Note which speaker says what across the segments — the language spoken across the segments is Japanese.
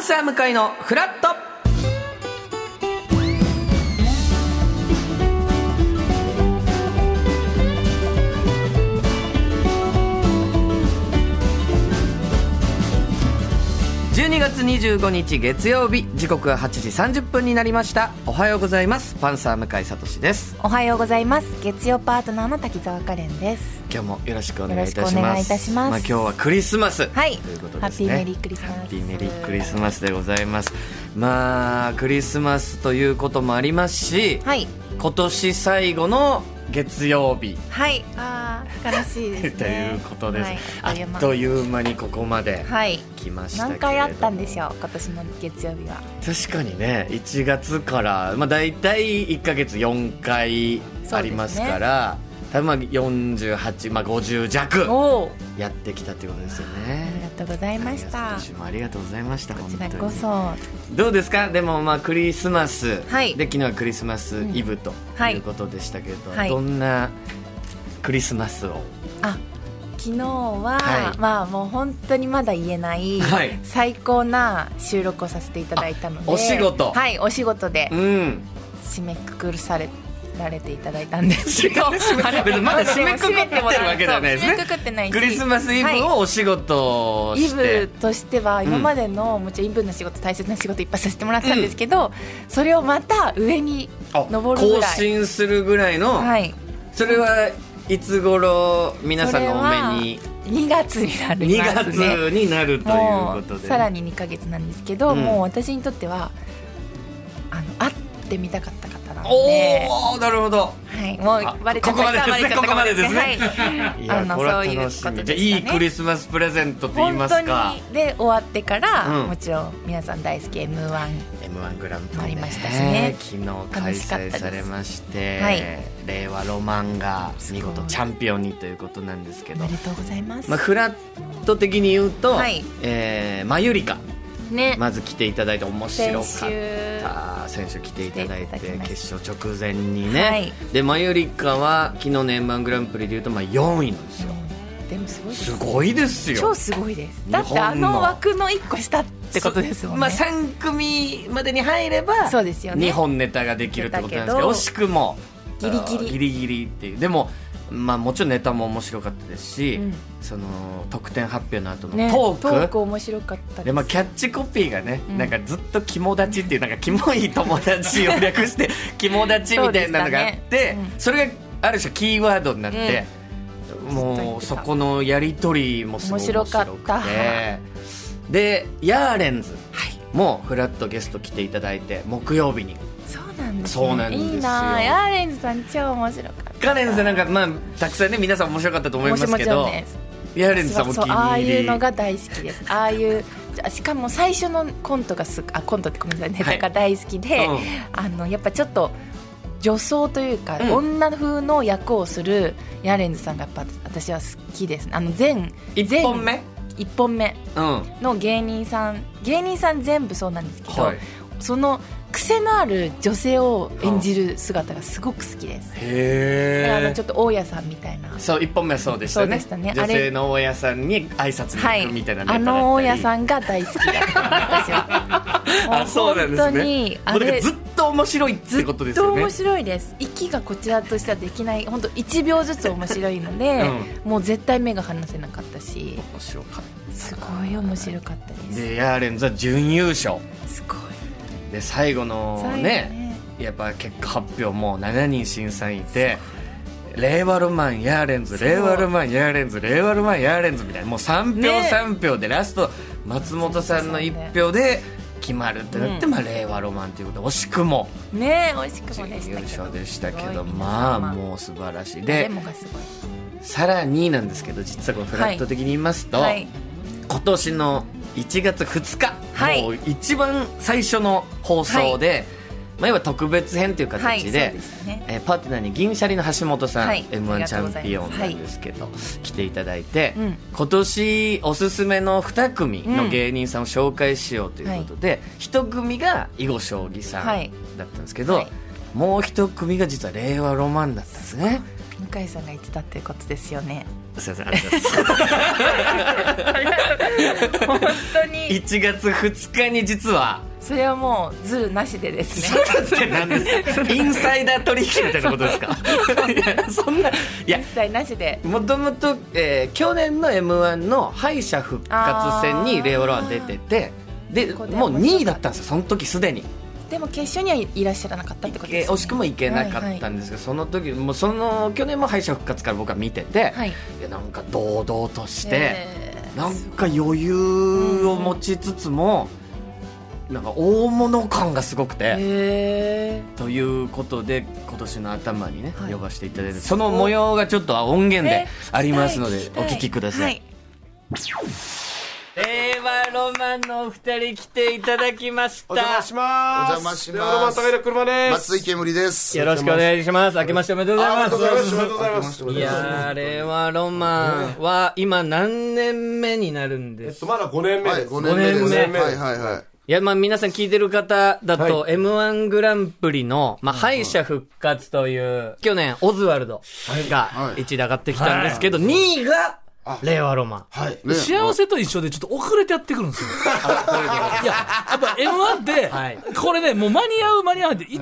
Speaker 1: スは向かいのフラット12月25日月曜日時刻は8時30分になりましたおはようございますパンサー向井聡です
Speaker 2: おはようございます月曜パートナーの滝沢カレンです
Speaker 1: 今日もよろしくお願いいたし
Speaker 2: よろしくお
Speaker 1: ま
Speaker 2: 願いい
Speaker 1: す
Speaker 2: たします
Speaker 1: あ、今日はクリスマス
Speaker 2: はい
Speaker 1: ということです
Speaker 2: ハッピーメ
Speaker 1: ね
Speaker 2: リークリスマス
Speaker 1: ハッピーメリークリスマスでございますまあクリスマスということもありますし、
Speaker 2: はい
Speaker 1: 今年最後の月曜日
Speaker 2: はいあー悲しい ですね
Speaker 1: ということです、
Speaker 2: はい、
Speaker 1: あ
Speaker 2: あ
Speaker 1: っ
Speaker 2: っ
Speaker 1: と
Speaker 2: という
Speaker 1: いう間にここまで
Speaker 2: 間はい
Speaker 1: 来ましたけれども、
Speaker 2: 何回あったんでしょう今年の月曜日は
Speaker 1: 確かにね1月から、まあ、大体1か月4回ありますから多分まあ48、まあ、50弱
Speaker 2: おお
Speaker 1: やってきたということですよ
Speaker 2: ありが
Speaker 1: ね
Speaker 2: とうございました
Speaker 1: 今年もありがとうございました
Speaker 2: こ
Speaker 1: 本
Speaker 2: ちら
Speaker 1: 当
Speaker 2: こ
Speaker 1: に
Speaker 2: そは
Speaker 1: どうですかでもまあクリスマス、
Speaker 2: はい
Speaker 1: で昨日はクリスマスイブと
Speaker 2: はいいう
Speaker 1: ことでしたけれど、
Speaker 2: はい
Speaker 1: どんなクリスマスを
Speaker 2: 昨日は、
Speaker 1: はい
Speaker 2: まあもう本当にまだ言えない、
Speaker 1: はい
Speaker 2: 最高な収録をさせていただいたので
Speaker 1: あお仕事
Speaker 2: はいお仕事で
Speaker 1: うん
Speaker 2: 締めくくるされられていただいたんですけど
Speaker 1: 締め別にまだ締めくくってるわけじゃないですね
Speaker 2: そう締めくくってないし
Speaker 1: クリスマスイブ
Speaker 2: は
Speaker 1: をお仕事を
Speaker 2: いイ
Speaker 1: して、
Speaker 2: ブとしては今までの、もちろんイブの仕事大切な仕事いっぱいさせてもらったんですけど、それをまた上に
Speaker 1: あ
Speaker 2: 登るぐ
Speaker 1: 更
Speaker 2: らい
Speaker 1: 新するぐらいの、
Speaker 2: はい
Speaker 1: それはいつ頃皆さんのお目に
Speaker 2: 2月にな
Speaker 1: 2
Speaker 2: りますね
Speaker 1: 月になるという
Speaker 2: も
Speaker 1: こと
Speaker 2: う
Speaker 1: で
Speaker 2: さらに2ヶ月なんですけど、
Speaker 1: うん
Speaker 2: もう私にとってはあの会ってみたかった方なので、
Speaker 1: おおなるほど
Speaker 2: はい、も
Speaker 1: あ
Speaker 2: うバレちゃった方はバレちゃった
Speaker 1: ここまでですね
Speaker 2: 方はい、あのそういうことでしたね
Speaker 1: じゃあいいクリスマスプレゼントと 言いますか
Speaker 2: 本当にで終わってから、
Speaker 1: うん
Speaker 2: もちろん皆さん大好き m 1
Speaker 1: M1 グランプリ、ね、
Speaker 2: ありましたしね
Speaker 1: 昨日開催されまして、
Speaker 2: 楽しか
Speaker 1: 令和ロマンが見
Speaker 2: す
Speaker 1: 事
Speaker 2: ごい
Speaker 1: チャンピオンにということなんですけ
Speaker 2: お
Speaker 1: ど
Speaker 2: めで、とうございます、
Speaker 1: まあ、フラット的に言うと、
Speaker 2: はい
Speaker 1: えーまゆりか
Speaker 2: ね、
Speaker 1: まず来ていただいて面白かっ
Speaker 2: 先週
Speaker 1: た選手来ていただいて
Speaker 2: 来ていただきま
Speaker 1: 決
Speaker 2: し
Speaker 1: 勝直前にね、
Speaker 2: はい
Speaker 1: でまゆりかは昨日の m 1グランプリで言うと、まあ、4位なんですよ
Speaker 2: でもすごいです
Speaker 1: すごいですよ
Speaker 2: 超すごいです
Speaker 1: 日
Speaker 2: だ
Speaker 1: 本
Speaker 2: っ
Speaker 1: の
Speaker 2: てあの枠の1個下ってことですもんね、
Speaker 1: まあ、3組までに入れば
Speaker 2: そうですよね
Speaker 1: 2本ネタができるってことなんですけど
Speaker 2: だけど
Speaker 1: 惜しくも
Speaker 2: ギリギリ
Speaker 1: あのギリギリっていうでも、まあ、もちろんネタも面白かったですし、
Speaker 2: うん
Speaker 1: その得点発表の後の
Speaker 2: ね
Speaker 1: ト
Speaker 2: ト
Speaker 1: ー
Speaker 2: ー
Speaker 1: ク
Speaker 2: ク面白かったです
Speaker 1: でまあ、キャッチコピーがね、
Speaker 2: うん
Speaker 1: なんかずっと「肝立ち」っていうなんかキモい友達を略 して「肝立ち」みたいなのがあって
Speaker 2: そ
Speaker 1: そ,、
Speaker 2: うでしたねうん
Speaker 1: れがある種キーワードになって、
Speaker 2: ずっと言
Speaker 1: も
Speaker 2: っ
Speaker 1: う
Speaker 2: て
Speaker 1: そ
Speaker 2: た
Speaker 1: このやり取りもすごい面白くて
Speaker 2: 面白かった
Speaker 1: でヤーレンズ
Speaker 2: はい
Speaker 1: もフラットゲスト来ていただいて木曜日に
Speaker 2: そうなんです、ね、
Speaker 1: そうなんですよ
Speaker 2: いいなあヤーレンズさん超面白かった
Speaker 1: カレンさんなんかまあたくさんね皆さん面白かったと思いますけど、
Speaker 2: もちろんね
Speaker 1: ヤーレンズさんお気
Speaker 2: そうああ
Speaker 1: に
Speaker 2: い
Speaker 1: 入
Speaker 2: う
Speaker 1: り
Speaker 2: のが大好きですああいうじゃしかも最初のコントがすあコントってごめんなさいネタが大好きで、
Speaker 1: うん
Speaker 2: あのやっぱちょっと女装というか、
Speaker 1: うん
Speaker 2: 女風の役をするヤーレンズさんがやっぱ私は好きですあの全
Speaker 1: 1本目
Speaker 2: 一本目
Speaker 1: うん
Speaker 2: の芸人さん芸人さん全部そうなんですけど、
Speaker 1: はい
Speaker 2: その癖のある女性を演じる姿がすごく好きです、であ
Speaker 1: へ
Speaker 2: のちょっと大家さんみたいな
Speaker 1: そう一本目はそうでした
Speaker 2: そう
Speaker 1: ね
Speaker 2: でしたねあれ
Speaker 1: 女性の大家さんに挨拶に
Speaker 2: はい
Speaker 1: 行くみたいな、ネ
Speaker 2: あ
Speaker 1: タだったり
Speaker 2: の大家さんが大好きだった私は
Speaker 1: あそうなんですね
Speaker 2: 本当に
Speaker 1: も
Speaker 2: あ
Speaker 1: うだから
Speaker 2: れ
Speaker 1: ずっと面白いっ
Speaker 2: ず
Speaker 1: てことで
Speaker 2: っ
Speaker 1: すよ
Speaker 2: と
Speaker 1: ね
Speaker 2: 面白いです息がこちらとしてはできない本当1秒ずつ面白いので、もう絶対目が離せなかったし
Speaker 1: うん、面白かっ
Speaker 2: すごい面白かった
Speaker 1: た
Speaker 2: で
Speaker 1: でヤーレンズは準優勝
Speaker 2: すすごい
Speaker 1: で最後の
Speaker 2: 最後
Speaker 1: ねやっぱ結果発表も7人審査員いて令和ロマンヤーレンズ
Speaker 2: そう
Speaker 1: 令和ロマンヤーレンズ令和ロマンヤーレンズみたいなもう3票
Speaker 2: ね
Speaker 1: 3票でラスト松本さんの1票で決まるってなって、
Speaker 2: うん
Speaker 1: まあ、令和ロマンということで惜しくも
Speaker 2: ね惜しくも
Speaker 1: 準
Speaker 2: でしたけ
Speaker 1: 優
Speaker 2: ど
Speaker 1: 勝でしたけ
Speaker 2: す
Speaker 1: ど
Speaker 2: ごい
Speaker 1: まあ
Speaker 2: 皆様
Speaker 1: もう素晴らしい
Speaker 2: 誰
Speaker 1: で
Speaker 2: もがすごい
Speaker 1: さらになんですけど実はこのフラット的に言いますと、
Speaker 2: はい
Speaker 1: 今年の1月2日、
Speaker 2: はい
Speaker 1: もう一番最初の放送で、まあ、いわば特別編という
Speaker 2: はいそ
Speaker 1: 形
Speaker 2: う
Speaker 1: で。
Speaker 2: ですね
Speaker 1: えーパーティナーに銀シャリの橋本さん、
Speaker 2: はい
Speaker 1: m
Speaker 2: ありが
Speaker 1: 1チ
Speaker 2: とうご
Speaker 1: ャ
Speaker 2: ざいま
Speaker 1: ン
Speaker 2: す
Speaker 1: ピオンなんですけど、来ていただいて、
Speaker 2: うん
Speaker 1: 今年おすすめの2組の芸人さんを紹介しようということで、一1組が囲碁将棋さん
Speaker 2: はい
Speaker 1: だったんですけど、
Speaker 2: はい
Speaker 1: もう1組が実は令和ロマンだったんですね。
Speaker 2: 向井さんが言ってたってことですよね
Speaker 1: すいま せんありがとうございます
Speaker 2: 本当に
Speaker 1: 1月2日に実は
Speaker 2: それはもうズルなしでですね
Speaker 1: って何で すかインサイダー取引みたいなことですかいやそんないや
Speaker 2: 一切なしで
Speaker 1: もともと、えー去年の m 1の敗者復活戦にレオロアン出ててで
Speaker 2: ここで
Speaker 1: もう2位だったんですよその時すでに、
Speaker 2: でも決勝にはいらっしゃらなかったってことで
Speaker 1: え
Speaker 2: す
Speaker 1: ー惜しくもいけなかったんですけど、その時もうその去年も敗者復活から僕は見てて、
Speaker 2: はい
Speaker 1: いやなんか堂々として、
Speaker 2: えー
Speaker 1: なんか余裕を持ちつつも、なんか大物感がすごくて。
Speaker 2: へ
Speaker 1: ということで今年の頭にね、
Speaker 2: はい
Speaker 1: 呼ばせていただいてその模様がちょっと音源で
Speaker 2: え
Speaker 1: ありますのでお
Speaker 2: たい
Speaker 1: 聞きくださ、
Speaker 2: はい
Speaker 1: 令和ロマンのお二人来ていただきました
Speaker 3: お邪魔します。
Speaker 4: お邪魔します
Speaker 3: レオロマン高井の車です。
Speaker 4: 松井煙です。
Speaker 1: よろしくお願いします明けましておめでとうございます
Speaker 3: おめでとうございます。ありがとうございます。
Speaker 4: ます
Speaker 1: いやー令和ロマンは今何年目になるん
Speaker 3: え
Speaker 1: で
Speaker 3: っ
Speaker 1: す
Speaker 3: と、まだ5年目
Speaker 4: はい、
Speaker 3: です。
Speaker 4: 5年目です。
Speaker 1: 五年
Speaker 3: 目
Speaker 4: はいはいはい。
Speaker 1: いやまあ皆さん聞いてる方だと、
Speaker 3: は
Speaker 1: m 1グランプリの、まあ、敗者復活という去年オズワルドが
Speaker 4: は
Speaker 1: 1
Speaker 4: い
Speaker 1: 位で上がってきたんですけど、2位が令和ロマン
Speaker 4: はい。
Speaker 5: 幸せと一緒でちょっと遅れてやってくるんですよ。いや、やっぱ M1 って、
Speaker 1: はい
Speaker 5: これね、もう間に合う間に合うって、1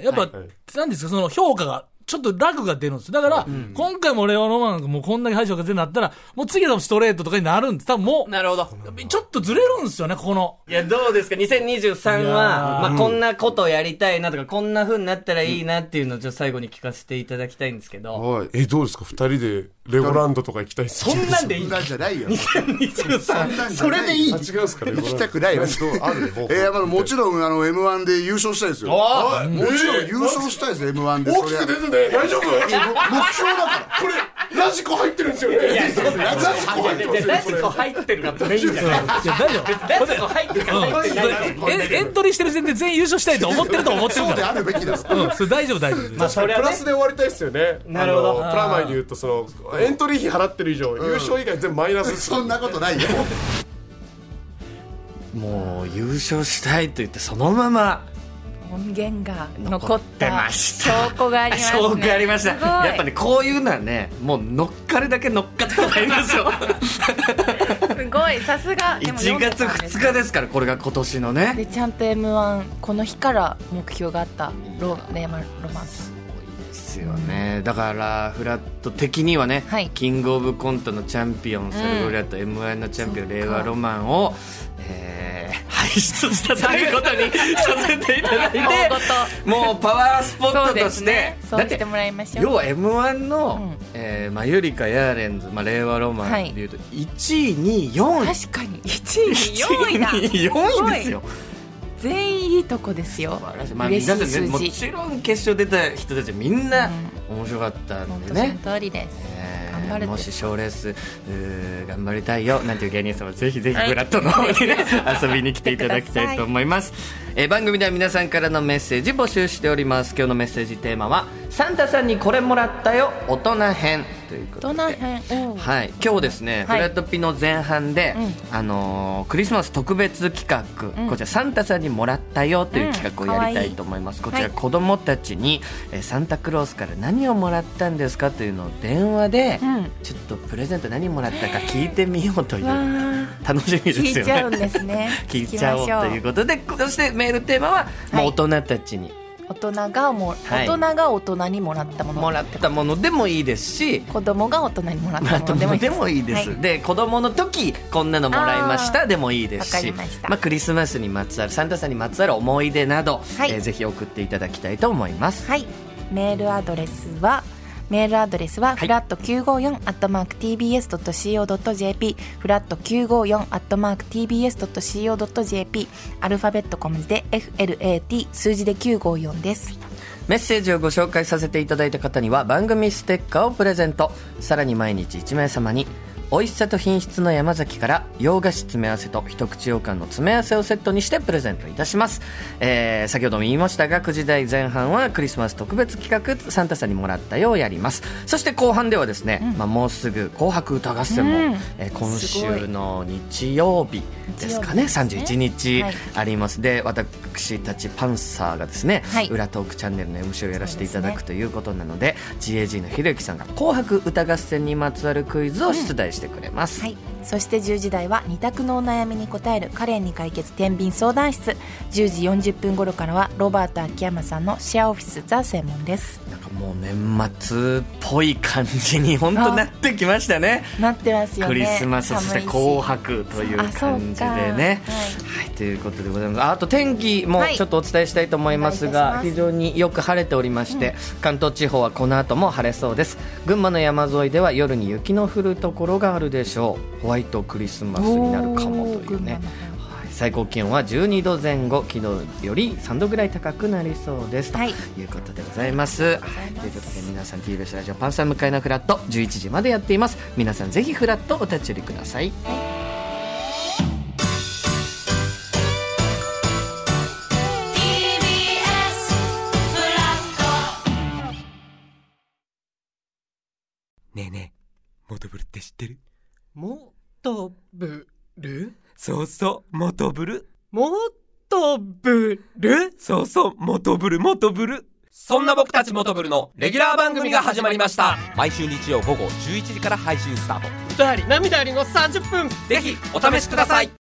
Speaker 5: 年、やっぱ、なんですか、その評価が、ちょっとラグが出るんですよ。だから、今回もレオロマンがもうこんだけ敗者が全なったら、もう次は多分ストレートとかになるんです。多分も
Speaker 1: なるほど
Speaker 5: う、ちょっとずれるんですよね、ここの。
Speaker 1: いや、どうですか ?2023
Speaker 5: いやー
Speaker 1: は、まあ、こんなことやりたいなとか、こんな風になったらいいなっていうのを、ちょっと最後に聞かせていただきたいんですけど、
Speaker 4: はい。
Speaker 3: え、どうですか二人でレゴランドとか行きたいっす
Speaker 1: そんなんでいい
Speaker 4: そんなんじゃないよ。
Speaker 1: ?2023、それでいい
Speaker 3: あ、違うんすかね
Speaker 4: 行きたくないよ。
Speaker 3: ある方法
Speaker 4: えー、まあもちろん、あの、M1 で優勝したいですよ。
Speaker 1: お
Speaker 4: もちろん優勝したいですよ、M1 で。
Speaker 3: 大きく出
Speaker 4: そりゃ
Speaker 3: てね、大丈夫こ
Speaker 4: いや目標だから。
Speaker 3: れ、ラジコ入ってるんですよね。ラジコ入ってますよ
Speaker 1: ラジコ入ってるかってメインじゃない
Speaker 5: いや、大丈夫。
Speaker 1: ラジコ入ってるか入ってないか
Speaker 5: えエントリーしてる前提全員優勝したいと思ってると思ってる
Speaker 4: そうで
Speaker 5: か
Speaker 4: あるべきだろ。
Speaker 5: ら。うん、それ大丈夫、大丈夫。
Speaker 1: まあ、そ
Speaker 3: プ
Speaker 1: れは
Speaker 3: ラ
Speaker 1: ね
Speaker 3: スで終わりたいっすよね。
Speaker 1: なるほど
Speaker 3: あのプラマイで言うと、その、エントリー費払ってる以上、優勝以外全部マイナス。
Speaker 4: そんなことないよ。
Speaker 1: もう、優勝したいと言って、そのまま、
Speaker 2: 音源が残っ
Speaker 1: 残ってま
Speaker 2: た
Speaker 1: した
Speaker 2: 証拠がありますね
Speaker 1: 証拠ありました。
Speaker 2: すごい
Speaker 1: やっぱね、こういうのはね、もう、乗っかるだけ乗っかった方がいいんですよ。
Speaker 2: すごいさすが でも読ん
Speaker 1: 1
Speaker 2: で
Speaker 1: 月
Speaker 2: たんです
Speaker 1: 2日ですから、これが今年のね。
Speaker 2: でちゃんと m 1この日から目標があったロレーマンロマンス
Speaker 1: ですよねだからフラット的にはね、
Speaker 2: はい
Speaker 1: キングオブコントのチャンピオンサルゴリラと m 1のチャンピオン令和ロマンを、えー輩出したということにさせていただ いて
Speaker 2: 大事
Speaker 1: もうパワースポッ
Speaker 2: そ
Speaker 1: ト
Speaker 2: うで
Speaker 1: と
Speaker 2: す
Speaker 1: して、
Speaker 2: ねそう
Speaker 1: だっ
Speaker 2: して
Speaker 1: て
Speaker 2: もらいましょう
Speaker 1: 要は m 1の、
Speaker 2: うん
Speaker 1: えーまあ、ゆりかヤーレンズ、まあ、令和ロマンでいうと1位、2位、4位
Speaker 2: 確かに1位に4位だ
Speaker 1: 1位、4位ですよ。
Speaker 2: 全員いいとこですよ
Speaker 1: まあ、皆
Speaker 2: 嬉し
Speaker 1: さん
Speaker 2: い
Speaker 1: ね、
Speaker 2: 数
Speaker 1: も
Speaker 2: 字
Speaker 1: ちろん決勝出た人たちみんな面白かった
Speaker 2: 本
Speaker 1: んで
Speaker 2: 当
Speaker 1: ね。
Speaker 2: その通りです
Speaker 1: え
Speaker 2: 頑張
Speaker 1: ー
Speaker 2: る
Speaker 1: も
Speaker 2: です
Speaker 1: し賞レースうー頑張りたいよなんていう芸人さんはぜひぜひブラッドの方にね、遊びに来ていただきたいと思います、えー番組では皆さんからのメッセージ募集しております今日のメッセージテーマは「サンタさんにこれもらったよ大人編」というこ
Speaker 2: ど
Speaker 1: とで
Speaker 2: の辺を
Speaker 1: はい、今日ですね、
Speaker 2: はい
Speaker 1: フラトピの前半で、
Speaker 2: う
Speaker 1: あのークリスマス特別企画、
Speaker 2: うん
Speaker 1: こちらサンタさんにもらったよという企画をやりたいと思います、
Speaker 2: ん
Speaker 1: こちら、
Speaker 2: はい
Speaker 1: 子供たちに、えーサンタクロースから何をもらったんですかというのを電話で、
Speaker 2: うん
Speaker 1: ちょっとプレゼント何もらったか聞いてみようという、
Speaker 2: わあ
Speaker 1: 楽しみです
Speaker 2: 聞い
Speaker 1: よね
Speaker 2: ちゃうんですね
Speaker 1: 聞いちゃおうとい
Speaker 2: 聞
Speaker 1: う
Speaker 2: きましょ
Speaker 1: ことでそしてメールテーマは、もう大人たちに
Speaker 2: う大人がもう
Speaker 1: は
Speaker 2: 大
Speaker 1: い
Speaker 2: 人が大人にもらったもの
Speaker 1: もらったものでもいいですし、
Speaker 2: 子供が大人にもらっ
Speaker 1: ま
Speaker 2: た
Speaker 1: あ、
Speaker 2: も
Speaker 1: と
Speaker 2: のでもいい
Speaker 1: でもいいです、
Speaker 2: は
Speaker 1: で子供の時こんなのもらいまし
Speaker 2: あ
Speaker 1: た
Speaker 2: ー
Speaker 1: でもいいです
Speaker 2: わか
Speaker 1: し
Speaker 2: りました
Speaker 1: あ、クリスマスにまつわるサンタさんにまつわる思い出など、
Speaker 2: はい
Speaker 1: えーぜひ送っていただきたいと思います
Speaker 2: はい、メールアドレスはメールアドレスは
Speaker 1: はい
Speaker 2: フラット9 5 4アットマーク tbs ドット co ドット jp フラット9 5 4アットマーク tbs ドット co ドット jp アルファベット小文字で flat 数字で954です。
Speaker 1: メッセージをご紹介させていただいた方には番組ステッカーをプレゼントさらに毎日1名様に美味しさと品質の山崎から洋菓子詰め合わせと一口羊羹の詰め合わせをセットにしてプレゼントいたします、えー先ほども言いましたが9時台前半はクリスマス特別企画サンタさんにもらったよをやりますそして後半ではですね、まあ、もうすぐ「紅白歌合戦も」
Speaker 2: うん
Speaker 1: えー今
Speaker 2: すご
Speaker 1: 週
Speaker 2: い
Speaker 1: の日曜日ですかね
Speaker 2: 日曜日です
Speaker 1: 31
Speaker 2: ね
Speaker 1: 日
Speaker 2: はい
Speaker 1: あります、で私たちパンサーがですね、
Speaker 2: はい
Speaker 1: 裏トークチャンネルの MC をやらせていた
Speaker 2: そ
Speaker 1: だ
Speaker 2: うです
Speaker 1: く
Speaker 2: ね
Speaker 1: ということなので GAG のひろゆきさんが「紅白歌合戦」にまつわるクイズを出題してくれます、
Speaker 2: はい、そして10時台は二択のお悩みに答えるカレンに解決天秤相談室10時40分頃からはロバート秋山さんのシェアオフィスザ専門です
Speaker 1: なんかもう年末っぽい感じに本当なってきましたね
Speaker 2: なってますよね
Speaker 1: クリスマスそし
Speaker 2: 寒
Speaker 1: て
Speaker 2: い
Speaker 1: 紅白という
Speaker 2: あそうか
Speaker 1: 感じでねはい、ということでございますああと天気もちょっとお伝えしたいと思いますが、
Speaker 2: はいお願いいたします
Speaker 1: 非常によく晴れておりまして、関東地方はこの後も晴れそうです群馬の山沿いでは夜に雪の降るところがあるでしょうホワイトクリスマスになるかもとい
Speaker 2: おー群
Speaker 1: うね
Speaker 2: 馬の
Speaker 1: はい最高気温は12度前後昨日より3度ぐらい高くなりそうです、
Speaker 2: はい
Speaker 1: ということでございます
Speaker 2: ざいます
Speaker 1: ということで皆さん TBS ラジオパンサー向かいのフラット11時までやっています皆さんぜひフラットお立ち寄りください
Speaker 6: ねえねえ、モトブルって知ってる
Speaker 7: もっとぶる
Speaker 6: そうそう、モトブル。
Speaker 7: もっとぶる
Speaker 6: そうそう、モトブル、モトブル。そんな僕たちモトブルのレギュラー番組が始まりました。毎週日曜午後11時から配信スタート。
Speaker 7: 歌あり涙ありの30分
Speaker 6: ぜひ、お試しください。